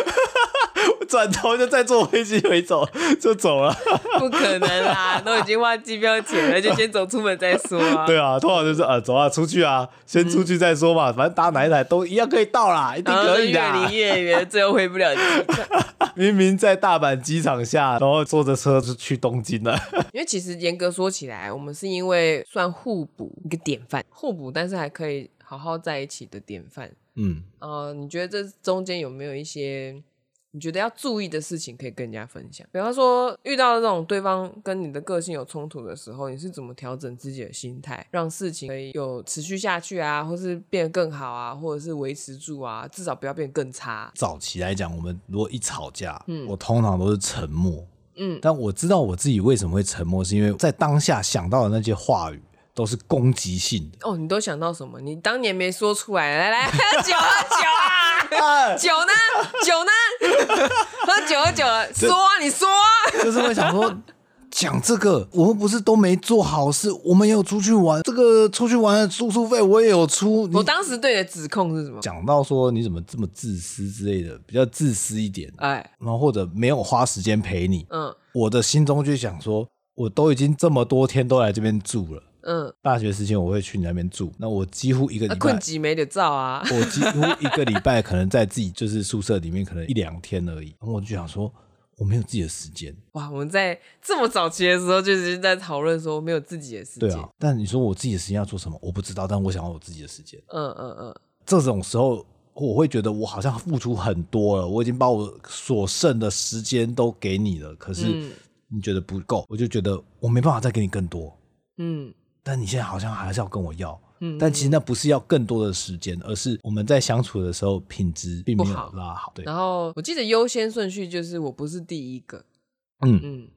Speaker 1: 转头就再坐飞机回走就走了，
Speaker 2: 不可能啦，都已经花机票钱了，就先走出门再说啊。
Speaker 1: 对啊，通常就是啊，走啊，出去啊，先出去再说嘛，反正搭哪一台都一样可以到嗯啦，一定
Speaker 2: 然后
Speaker 1: 可
Speaker 2: 就
Speaker 1: 以
Speaker 2: 越
Speaker 1: 的
Speaker 2: 离。越远，最后回不了家。
Speaker 1: 明明在大阪机场下，然后坐着车就去东京了。
Speaker 2: 因为其实严格说起来，我们是因为算互补一个典范，互补，但是还可以好好在一起的典范。
Speaker 1: 嗯，
Speaker 2: 呃，你觉得这中间有没有一些你觉得要注意的事情可以跟人家分享？比方说，遇到这种对方跟你的个性有冲突的时候，你是怎么调整自己的心态，让事情可以有持续下去啊，或是变得更好啊，或者是维持住啊，至少不要变得更差。
Speaker 1: 早期来讲，我们如果一吵架，我通常都是沉默，
Speaker 2: 嗯
Speaker 1: 但我知道我自己为什么会沉默，是因为在当下想到的那些话语都是攻击性
Speaker 2: 哦，你都想到什么？你当年没说出来，来来，喝酒喝酒啊！
Speaker 1: 的，
Speaker 2: 酒呢？酒呢？ 喝酒喝酒了，说啊，你说 啊，
Speaker 1: 就是会想说。讲这个，我们不是都没做好事，我们也有出去玩，这个出去玩的住宿费我也有出。你
Speaker 2: 我当时对你的指控是什么？
Speaker 1: 讲到说你怎么这么自私之类的，比较自私一点，
Speaker 2: 哎，
Speaker 1: 然后或者没有花时间陪你，
Speaker 2: 嗯
Speaker 1: 我的心中就想说，我都已经这么多天都来这边住了，
Speaker 2: 嗯。
Speaker 1: 大学时间我会去你那边住，那我几乎一个礼
Speaker 2: 啊，
Speaker 1: 拜，
Speaker 2: 困极没得照啊。
Speaker 1: 我几乎一个礼拜可能在自己就是宿舍里面可能一两天而已，然后我就想说我没有自己的时间，
Speaker 2: 哇，我们在这么早期的时候就已经在讨论说没有自己的世界。
Speaker 1: 对啊，但你说我自己的时间要做什么，我不知道，但我想要我自己的时间，
Speaker 2: 嗯嗯嗯，
Speaker 1: 这种时候。我会觉得我好像付出很多了，我已经把我所剩的时间都给你了，可
Speaker 2: 嗯
Speaker 1: 是你觉得不够，我就觉得我没办法再给你更多。
Speaker 2: 嗯
Speaker 1: 但你现在好像还是要跟我要，
Speaker 2: 嗯
Speaker 1: 但其实那不是要更多的时间，而是我们在相处的时候品质并没有拉好，对，
Speaker 2: 嗯然后我记得优先顺序就是我不是第一个。
Speaker 1: 嗯，
Speaker 2: 嗯，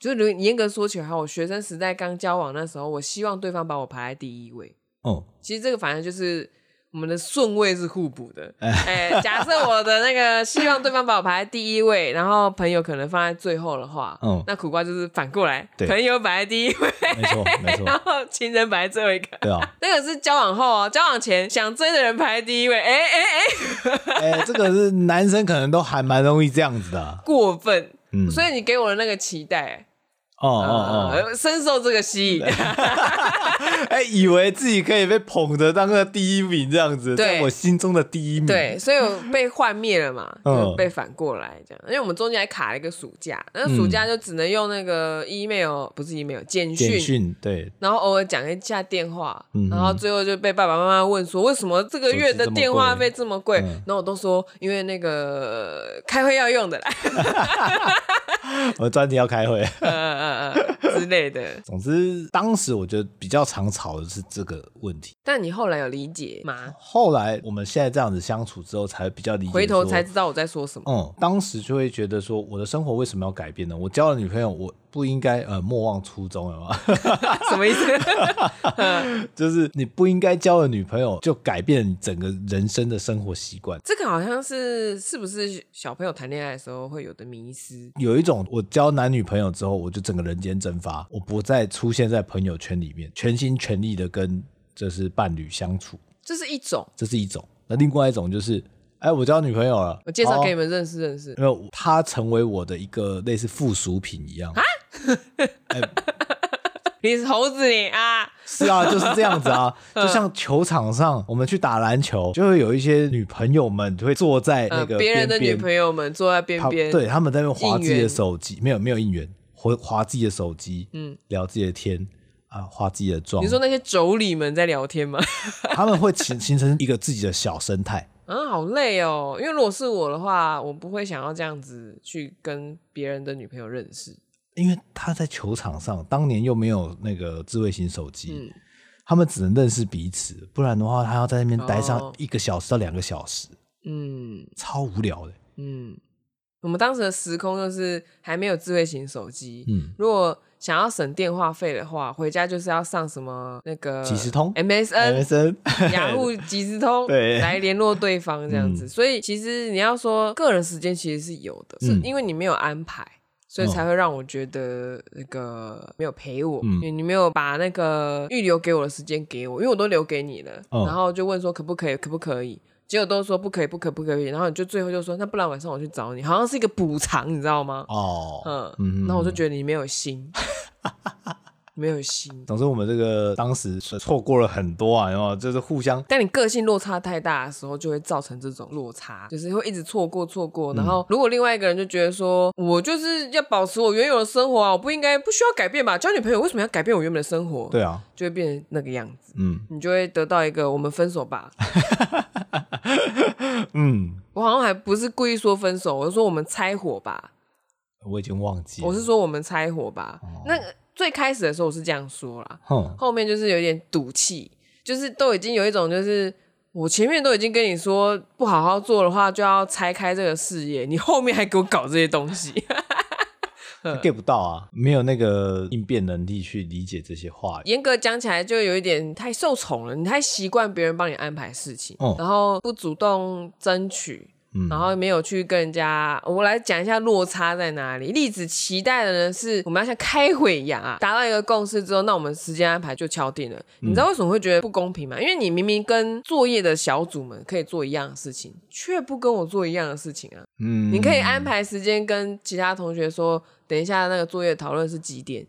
Speaker 2: 就是如严格说起来，我学生时代刚交往那时候，我希望对方把我排在第一位。
Speaker 1: 哦，
Speaker 2: 其实这个反正就是我们的顺位是互补 的。哎、假设我的那个希望对方把我排在第一位，然后朋友可能放在最后的话，
Speaker 1: 嗯
Speaker 2: 那苦瓜就是反过来，
Speaker 1: 对
Speaker 2: 朋友摆在第一位，
Speaker 1: 没 错，没错，
Speaker 2: 然后情人摆在最后一个。
Speaker 1: 对啊，
Speaker 2: 那个是交往后哦，交往前想追的人排第一位，哎哎哎，
Speaker 1: 哎、这个是男生可能都还蛮容易这样子的啊，
Speaker 2: 过分。
Speaker 1: 嗯，
Speaker 2: 所以你给我的那个期待，
Speaker 1: 哦
Speaker 2: 哦
Speaker 1: 哦哦，嗯
Speaker 2: 深受这个吸引。呃
Speaker 1: 哎、以为自己可以被捧着当个第一名这样子，
Speaker 2: 对
Speaker 1: 在我心中的第一名，
Speaker 2: 对，所以我被幻灭了嘛，
Speaker 1: 嗯
Speaker 2: 就被反过来这样。因为我们中间还卡了一个暑假，那暑假就只能用那个 email，不是 email，简
Speaker 1: 简
Speaker 2: 讯，
Speaker 1: 讯，对，
Speaker 2: 然后偶尔讲一下电话
Speaker 1: 嗯，
Speaker 2: 然后最后就被爸爸妈妈问说，为什么这个月的电话费这么贵？
Speaker 1: 手机这么贵
Speaker 2: 然后我都说，因为那个呃开会要用的啦，
Speaker 1: 我专题要开会。
Speaker 2: 呃呃呃呃之类的。
Speaker 1: 总之，当时我觉得比较常吵的是这个问题。
Speaker 2: 但你后来有理解吗？
Speaker 1: 后来我们现在这样子相处之后，才比较理解。
Speaker 2: 回头才知道我在说 什么。
Speaker 1: 嗯，当时就会觉得说，我的生活为什么要改变呢？我交了女朋友，我不应该呃莫忘初衷了吗？
Speaker 2: 什么意思？
Speaker 1: 就是你不应该交了女朋友就改变你整个人生的生活习惯。
Speaker 2: 这个好像是是不是小朋友谈恋爱的时候会有的迷失？
Speaker 1: 有一种，我交男女朋友之后，我就整个人间蒸发，我不再出现在朋友圈里面，全心全力的跟就是伴侣相处，
Speaker 2: 这是一种。
Speaker 1: 这是一种。那另外一种就是，哎，我交女朋友了，
Speaker 2: 我介绍给你
Speaker 1: 哦，
Speaker 2: 们认识认识。
Speaker 1: 因为她成为我的一个类似附属品一样。
Speaker 2: 你是猴子你啊？
Speaker 1: 是 啊，就是这样子啊。
Speaker 2: 嗯
Speaker 1: 就像球场上，我们去打篮球，就会有一些女朋友们会坐在那
Speaker 2: 呃，
Speaker 1: 个
Speaker 2: 别人的女
Speaker 1: 边边
Speaker 2: 朋友们坐在边
Speaker 1: 他
Speaker 2: 边，
Speaker 1: 对，他们在那边划
Speaker 2: 应
Speaker 1: 自己
Speaker 2: 援
Speaker 1: 的手机，没有没有应援，划划自己的手机，嗯，聊自己的天啊，划自己的妆。
Speaker 2: 你说那些妯娌们在聊天吗？
Speaker 1: 他们会形形成一个自己的小生态，
Speaker 2: 啊，好累哦！因为如果是我的话，我不会想要这样子去跟别人的女朋友认识。
Speaker 1: 因为他在球场上当年又没有那个智慧型手机。
Speaker 2: 嗯
Speaker 1: 他们只能认识彼此，不然的话，他要在那边待上
Speaker 2: 哦
Speaker 1: 一个小时到两个小时，
Speaker 2: 嗯
Speaker 1: 超无聊的。
Speaker 2: 嗯，我们当时的时空就是还没有智慧型手机，
Speaker 1: 嗯，
Speaker 2: 如果想要省电话费的话，回家就是要上什么那个
Speaker 1: 即时通
Speaker 2: MSN、
Speaker 1: 生，
Speaker 2: 雅虎即时通
Speaker 1: 对
Speaker 2: 来联络对方这样子。所以其实你要说个人时间其实是有的，是
Speaker 1: 嗯
Speaker 2: 因为你没有安排。所以才会让我觉得那个没有陪我，
Speaker 1: 嗯
Speaker 2: 因为你没有把那个预留给我的时间给我，因为我都留给你了，
Speaker 1: 嗯
Speaker 2: 然后就问说可不可以，可不可以，结果都说不可以，不可以，不可以，然后你就最后就说那不然晚上我去找你，好像是一个补偿，你知道吗？
Speaker 1: 哦，
Speaker 2: 嗯，那我就觉得你没有心，没有心，
Speaker 1: 总之我们这个当时错过了很多啊，然后就是互相
Speaker 2: 但你个性落差太大的时候，就会造成这种落差，就是会一直错过错过。然后，如果另外一个人就觉得说，我就是要保持我原有的生活啊，我不应该不需要改变吧？交女朋友为什么要改变我原本的生活？，
Speaker 1: 对啊，
Speaker 2: 就会变成那个样子，
Speaker 1: 嗯
Speaker 2: 你就会得到一个我们分手吧。
Speaker 1: 嗯，
Speaker 2: 我好像还不是故意说分手，我是说我们拆伙吧。
Speaker 1: 我已经忘记了，
Speaker 2: 我是说我们拆伙吧。那个最开始的时候我是这样说啦，
Speaker 1: 哼，
Speaker 2: 后面就是有点赌气，就是都已经有一种就是。我前面都已经跟你说不好好做的话，就要拆开这个事业，你后面还给我搞这些东西，
Speaker 1: get 不到啊，没有那个应变能力去理解这些话语，
Speaker 2: 严格讲起来就有一点太受宠了，你太习惯别人帮你安排事情，
Speaker 1: 哦
Speaker 2: 然后不主动争取，
Speaker 1: 嗯
Speaker 2: 然后没有去跟人家。我来讲一下落差在哪里。栗子期待的呢是我们要像开会一样啊，达到一个共识之后，那我们时间安排就敲定了。你
Speaker 1: 嗯
Speaker 2: 知道为什么会觉得不公平吗？因为你明明跟作业的小组们可以做一样的事情，却不跟我做一样的事情啊。
Speaker 1: 嗯，
Speaker 2: 你可以安排时间跟其他同学说，等一下那个作业讨论是几点，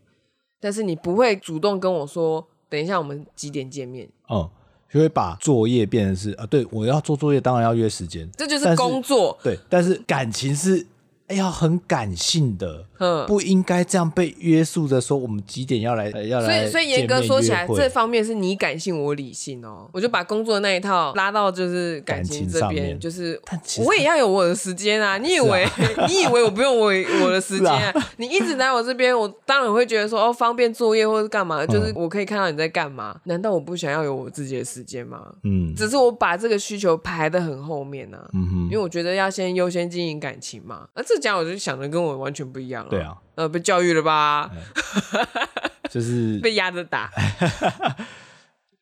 Speaker 2: 但是你不会主动跟我说，等一下我们几点见面，
Speaker 1: 嗯，就会把作业变成是啊，对我要做作业，当然要约时间，
Speaker 2: 这就
Speaker 1: 但
Speaker 2: 是
Speaker 1: 是
Speaker 2: 工作。
Speaker 1: 对，但是感情是哎呀很感性 的，
Speaker 2: 嗯
Speaker 1: 不应该这样被约束着说我们几点要来，呃要
Speaker 2: 所
Speaker 1: 来
Speaker 2: 以，
Speaker 1: 见面约会，
Speaker 2: 所以严格说起来，这方面是你感性，我理性哦。我就把工作那一套拉到就是感情
Speaker 1: 感情
Speaker 2: 这
Speaker 1: 上
Speaker 2: 边，
Speaker 1: 面
Speaker 2: 就是
Speaker 1: 但其实
Speaker 2: 我也要有我的时间啊。你以为、 你以为我不用我我的时间啊？ 你一直来我这边，我当然会觉得说哦，方便作业或是干嘛，
Speaker 1: 嗯
Speaker 2: 就是我可以看到你在干嘛。难道我不想要有我自己的时间吗？
Speaker 1: 嗯
Speaker 2: 只是我把这个需求排得很后面呢、啊。
Speaker 1: 嗯哼
Speaker 2: 因为我觉得要先优先经营感情嘛，那、这讲我就想的跟我完全不一样了。
Speaker 1: 对，啊，哎
Speaker 2: 呃，被教育了吧，
Speaker 1: 就是
Speaker 2: 被压着打。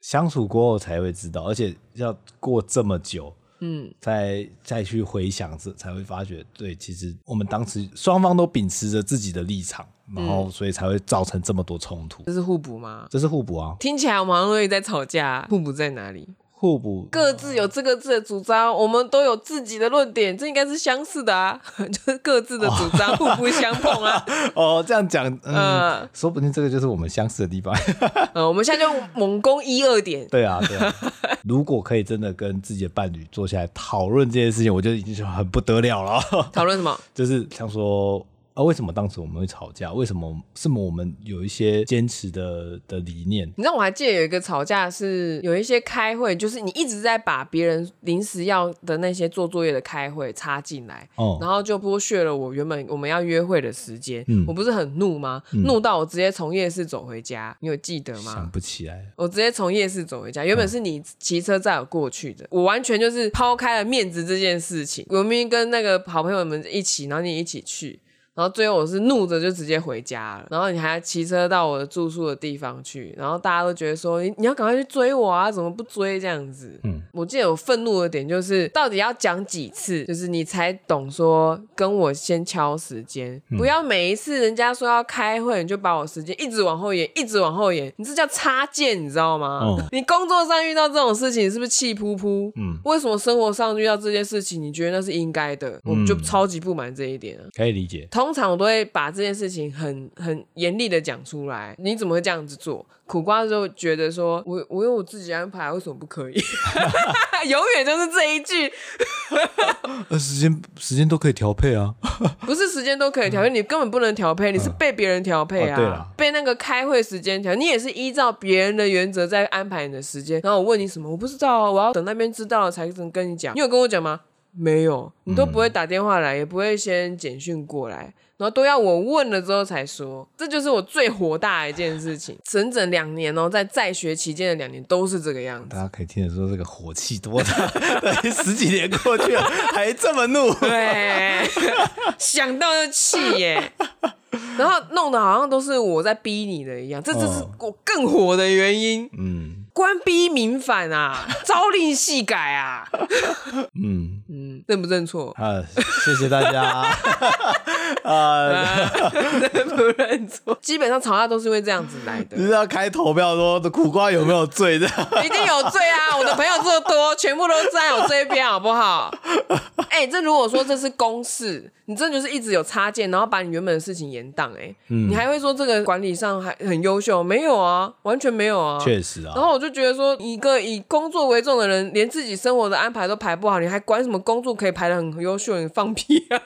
Speaker 1: 相处过后才会知道，而且要过这么久，
Speaker 2: 嗯，
Speaker 1: 再再去回想这才会发觉，对，其实我们当时双方都秉持着自己的立场，然后所以才会造成这么多冲突，
Speaker 2: 这是互补吗？
Speaker 1: 这是互补啊，
Speaker 2: 听起来我们好像都一直在吵架，互补在哪里？哦
Speaker 1: 互补。
Speaker 2: 各自有这个自己的主张，我们都有自己的论点，这应该是相似的啊， 就是各自的主张互不相碰 啊。
Speaker 1: 哦，这样讲，嗯，
Speaker 2: 呃
Speaker 1: 说不定这个就是我们相似的地方。
Speaker 2: 呃，我们现在就猛攻一二点，
Speaker 1: 对啊，对啊。如果可以真的跟自己的伴侣坐下来讨论这件事情，我觉得已经是很不得了了。
Speaker 2: 讨论什么？
Speaker 1: 就是像说啊，为什么当时我们会吵架？为什么是我们有一些坚持的的理念？
Speaker 2: 你知道我还记得有一个吵架是有一些开会，就是你一直在把别人临时要的那些做作业的开会插进来，
Speaker 1: 哦
Speaker 2: 然后就剥削了我原本我们要约会的时间。
Speaker 1: 嗯
Speaker 2: 我不是很怒吗？怒到我直接从夜市走回家，你有记得吗
Speaker 1: 想？不起来，
Speaker 2: 我直接从夜市走回家，原本是你骑车载我过去的，我完全就是抛开了面子这件事情。我明明跟那个好朋友们一起，然后你一起去，然后最后我是怒着就直接回家了，然后你还骑车到我的住宿的地方去，然后大家都觉得说你你要赶快去追我啊，怎么不追这样子？
Speaker 1: 嗯
Speaker 2: 我记得我愤怒的点就是，到底要讲几次，就是你才懂说跟我先敲时间，
Speaker 1: 嗯
Speaker 2: 不要每一次人家说要开会，你就把我时间一直往后延，一直往后延，你这叫插件，你知道吗？
Speaker 1: 哦
Speaker 2: 你工作上遇到这种事情，你是不是气噗噗？
Speaker 1: 嗯
Speaker 2: 为
Speaker 1: 嗯
Speaker 2: 什么生活上遇到这件事情，你觉得那是应该的？我们就超级不满这一点啊。
Speaker 1: 可以理解。
Speaker 2: 同通常我都会把这件事情很很严厉的讲出来，你怎么会这样子做？苦瓜就觉得说，我我有我自己安排，为什么不可以？ 永远就是这一句，
Speaker 1: 呃，时间时间都可以调配啊。
Speaker 2: 不是时间都可以调配，你根本不能调配，你是被别人调
Speaker 1: 嗯
Speaker 2: 配
Speaker 1: 哦
Speaker 2: 啊，
Speaker 1: 对啦
Speaker 2: 被那个开会时间调，你也是依照别人的原则在安排你的时间。然后我问你什么，我不知道啊，我要等那边知道了才能跟你讲。你有跟我讲吗？没有，你都不会打电话来，也不会先简讯过来，然后都要我问了之后才说。这就是我最火大的一件事情，整整两年哦，在在学期间的两年都是这个样子
Speaker 1: 大。家可以听得出这个火气多大，对十几年过去了还这么怒。
Speaker 2: 对， 想到就气耶。然后弄得好像都是我在逼你的一样，这就是
Speaker 1: 嗯
Speaker 2: 我更火的原因。
Speaker 1: 嗯
Speaker 2: 官逼民反啊，朝令夕改啊，
Speaker 1: 嗯，
Speaker 2: 嗯，认不认 错？
Speaker 1: 啊，谢谢大家 啊。
Speaker 2: 认不认错？基本上吵架都是因为这样子来的
Speaker 1: 就，是要开投票说苦瓜有没有罪这样。
Speaker 2: 一定有罪啊！我的朋友这么多，全部都站我这一边，好 不好？哎、这如果说这是公事，你真的就是一直有插件，然后把你原本的事情延宕、哎、
Speaker 1: 嗯
Speaker 2: 你还会说这个管理上还很优秀？没有啊，完全没有啊。
Speaker 1: 确实啊
Speaker 2: 然，后我就觉得说，一个以工作为重的人，连自己生活的安排都排不好，你还管什么工作可以排的很优秀？你放屁啊！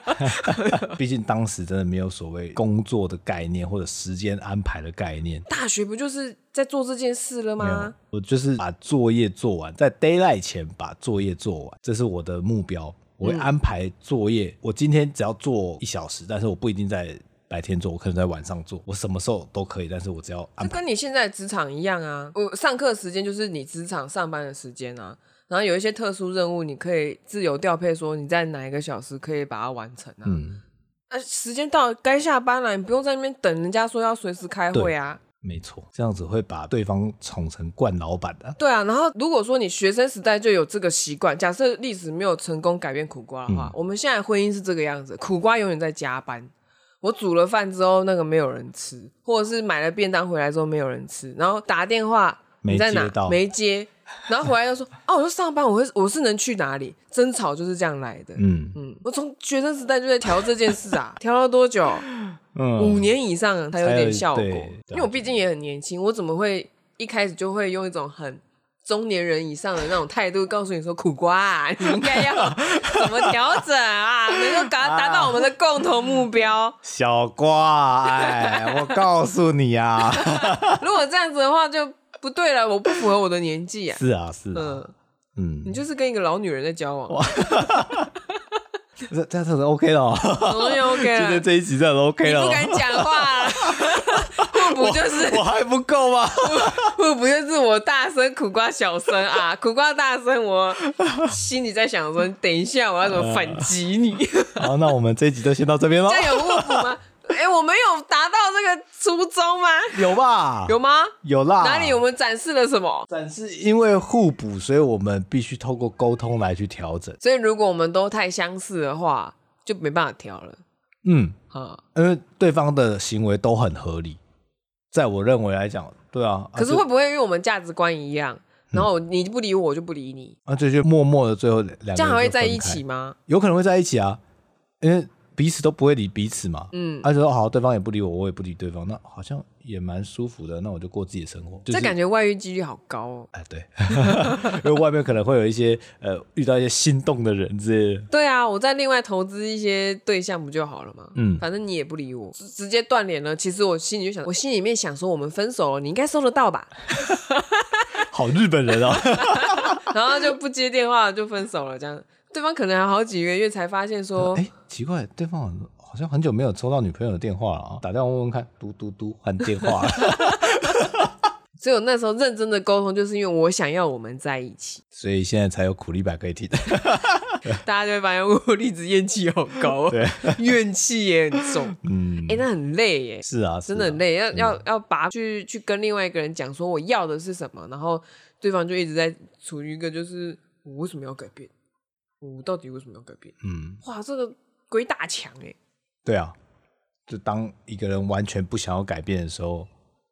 Speaker 1: 毕竟当时真的没有所谓工作的概念或者时间安排的概念。
Speaker 2: 大学不就是在做这件事了
Speaker 1: 没有啊
Speaker 2: 吗？，
Speaker 1: 我就是把作业做完，在 d a y l i g h t 前把作业做完，这是我的目标。我
Speaker 2: 嗯
Speaker 1: 会安排作业，我今天只要做一小时，但是我不一定在白天做，我可能在晚上做，我什么时候都可以，但是我只要安
Speaker 2: 这
Speaker 1: 排。
Speaker 2: 跟你现在职场一样啊，我上课时间就是你职场上班的时间啊。然后有一些特殊任务，你可以自由调配，说你在哪一个小时可以把它完成啊。
Speaker 1: 嗯，
Speaker 2: 那、时间到了该下班了，你不用在那边等人家说要随时开会啊。
Speaker 1: 没错，这样子会把对方宠成惯老板的、
Speaker 2: 对啊，然后如果说你学生时代就有这个习惯，假设历史没有成功改变苦瓜的
Speaker 1: 嗯
Speaker 2: 话，我们现在婚姻是这个样子，苦瓜永远在加班。我煮了饭之后，那个没有人吃，或者是买了便当回来之后没有人吃，然后打电话
Speaker 1: 没
Speaker 2: 你在
Speaker 1: 接
Speaker 2: 哪
Speaker 1: 到
Speaker 2: 没接，然后回 来又说啊，我就上班，我会我是能去哪里？争吵就是这样来的。
Speaker 1: 嗯
Speaker 2: 嗯，我从学生时代就在调这件事 啊，调了多久？
Speaker 1: 嗯，
Speaker 2: 五年以上才有
Speaker 1: 才有
Speaker 2: 点效果
Speaker 1: 对了解。
Speaker 2: 因为我毕竟也很年轻，我怎么会一开始就会用一种很中年人以上的那种态度告诉你说苦 瓜、啊，你应该要怎么调整啊，能够达达到我们的共同目标。
Speaker 1: 小瓜，哎，我告诉你啊，
Speaker 2: 如果这样子的话就不对了，我不符合我的年纪啊。
Speaker 1: 是啊，是啊，
Speaker 2: 嗯，
Speaker 1: 嗯
Speaker 2: 你，就是跟一个老女人在交 往，
Speaker 1: 这这样子 OK 了哦，
Speaker 2: 总是 OK
Speaker 1: 今天
Speaker 2: 了。
Speaker 1: 这一集这样子 OK
Speaker 2: 啊你
Speaker 1: 了
Speaker 2: 不
Speaker 1: 哦，
Speaker 2: 敢讲话啊， 互补就是
Speaker 1: 我还不够吗？
Speaker 2: 会不就是我大声苦瓜小声 啊？苦瓜大声，我心里在想说，等一下我要怎么反击 你？
Speaker 1: 好，那我们这一集就先到这边喽
Speaker 2: 这，样有误 补吗？哎、我们有达到这个初衷吗？
Speaker 1: 有吧？
Speaker 2: 有吗？
Speaker 1: 有啦，
Speaker 2: 哪里我们展示了什么？
Speaker 1: 展示？因为互补，所以我们必须透过沟通来去调整。
Speaker 2: 所以如果我们都太相似的话，就没办法调了
Speaker 1: 嗯，
Speaker 2: 啊。
Speaker 1: 因为对方的行为都很合理，在我认为来讲，对啊，嗯
Speaker 2: 可是
Speaker 1: 啊
Speaker 2: 会不会因为我们价值观一样，然后你不理我，我就不理你，
Speaker 1: 就啊就就默默的最后两个人
Speaker 2: 这样还会
Speaker 1: 就
Speaker 2: 在
Speaker 1: 分
Speaker 2: 一
Speaker 1: 开
Speaker 2: 起，吗？
Speaker 1: 有可能会在一起啊，因为彼此都不会理彼此嘛。啊
Speaker 2: 嗯，
Speaker 1: 他、就说哦好，对方也不理我，我也不理对方，那好像也蛮舒服的。那我就过自己的生活，就是
Speaker 2: 这感觉外遇几率好高哦。
Speaker 1: 哎，对， 因为外面可能会有一些呃遇到一些心动的人之类的。
Speaker 2: 对啊，我再另外投资一些对象不就好了吗？
Speaker 1: 嗯
Speaker 2: 反正你也不理我，直直接断联了。其实我心里就想，我心里面想说，我们分手了，你应该收得到吧？
Speaker 1: 好日本人哦，
Speaker 2: 然后就不接电话，就分手了。这样，对方可能还好几个月才发现说，
Speaker 1: 哎、奇怪，对方好像好像很久没有抽到女朋友的电话了啊，打电话问问看，嘟嘟嘟换电话 了，
Speaker 2: 所以我那时候认真的沟通，就是因为我想要我们在一起。
Speaker 1: 所以现在才有苦力白可以听。
Speaker 2: 大家就会发现我离职怨气好高，啊
Speaker 1: 对，
Speaker 2: 怨气也很重。
Speaker 1: 嗯
Speaker 2: 哎、，那很累耶，
Speaker 1: 是啊，是
Speaker 2: 真的
Speaker 1: 啊
Speaker 2: 很累，要要要拔去去跟另外一个人讲说我要的是什么，然后对方就一直在处于一个就是我为什么要改变，我到底为什么要改变？
Speaker 1: 嗯，
Speaker 2: 哇，这个鬼打墙哎，
Speaker 1: 对啊，就当一个人完全不想要改变的时候，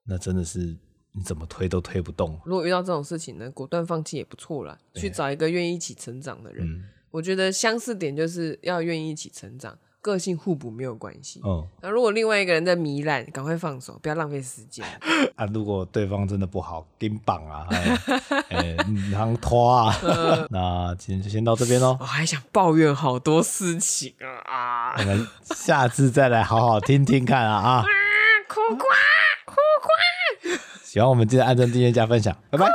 Speaker 1: 那真的是你怎么推都推不动。
Speaker 2: 如果遇到这种事情呢，果断放弃也不错啦，去找一个愿意一起成长的人。
Speaker 1: 嗯
Speaker 2: 我觉得相似点就是要愿意一起成长。个性互补没有关系。
Speaker 1: 嗯，
Speaker 2: 然后如果另外一个人在糜烂，赶快放手，不要浪费时间。
Speaker 1: 啊，如果对方真的不好，金榜啊，哎，能、欸、拖啊。 那今天就先到这边喽，
Speaker 2: 我还想抱怨好多事情啊啊
Speaker 1: 我！们下次再来好好听听看啊啊！
Speaker 2: 苦瓜，苦瓜。
Speaker 1: 喜欢我们记得按赞、订阅、加分享，拜拜。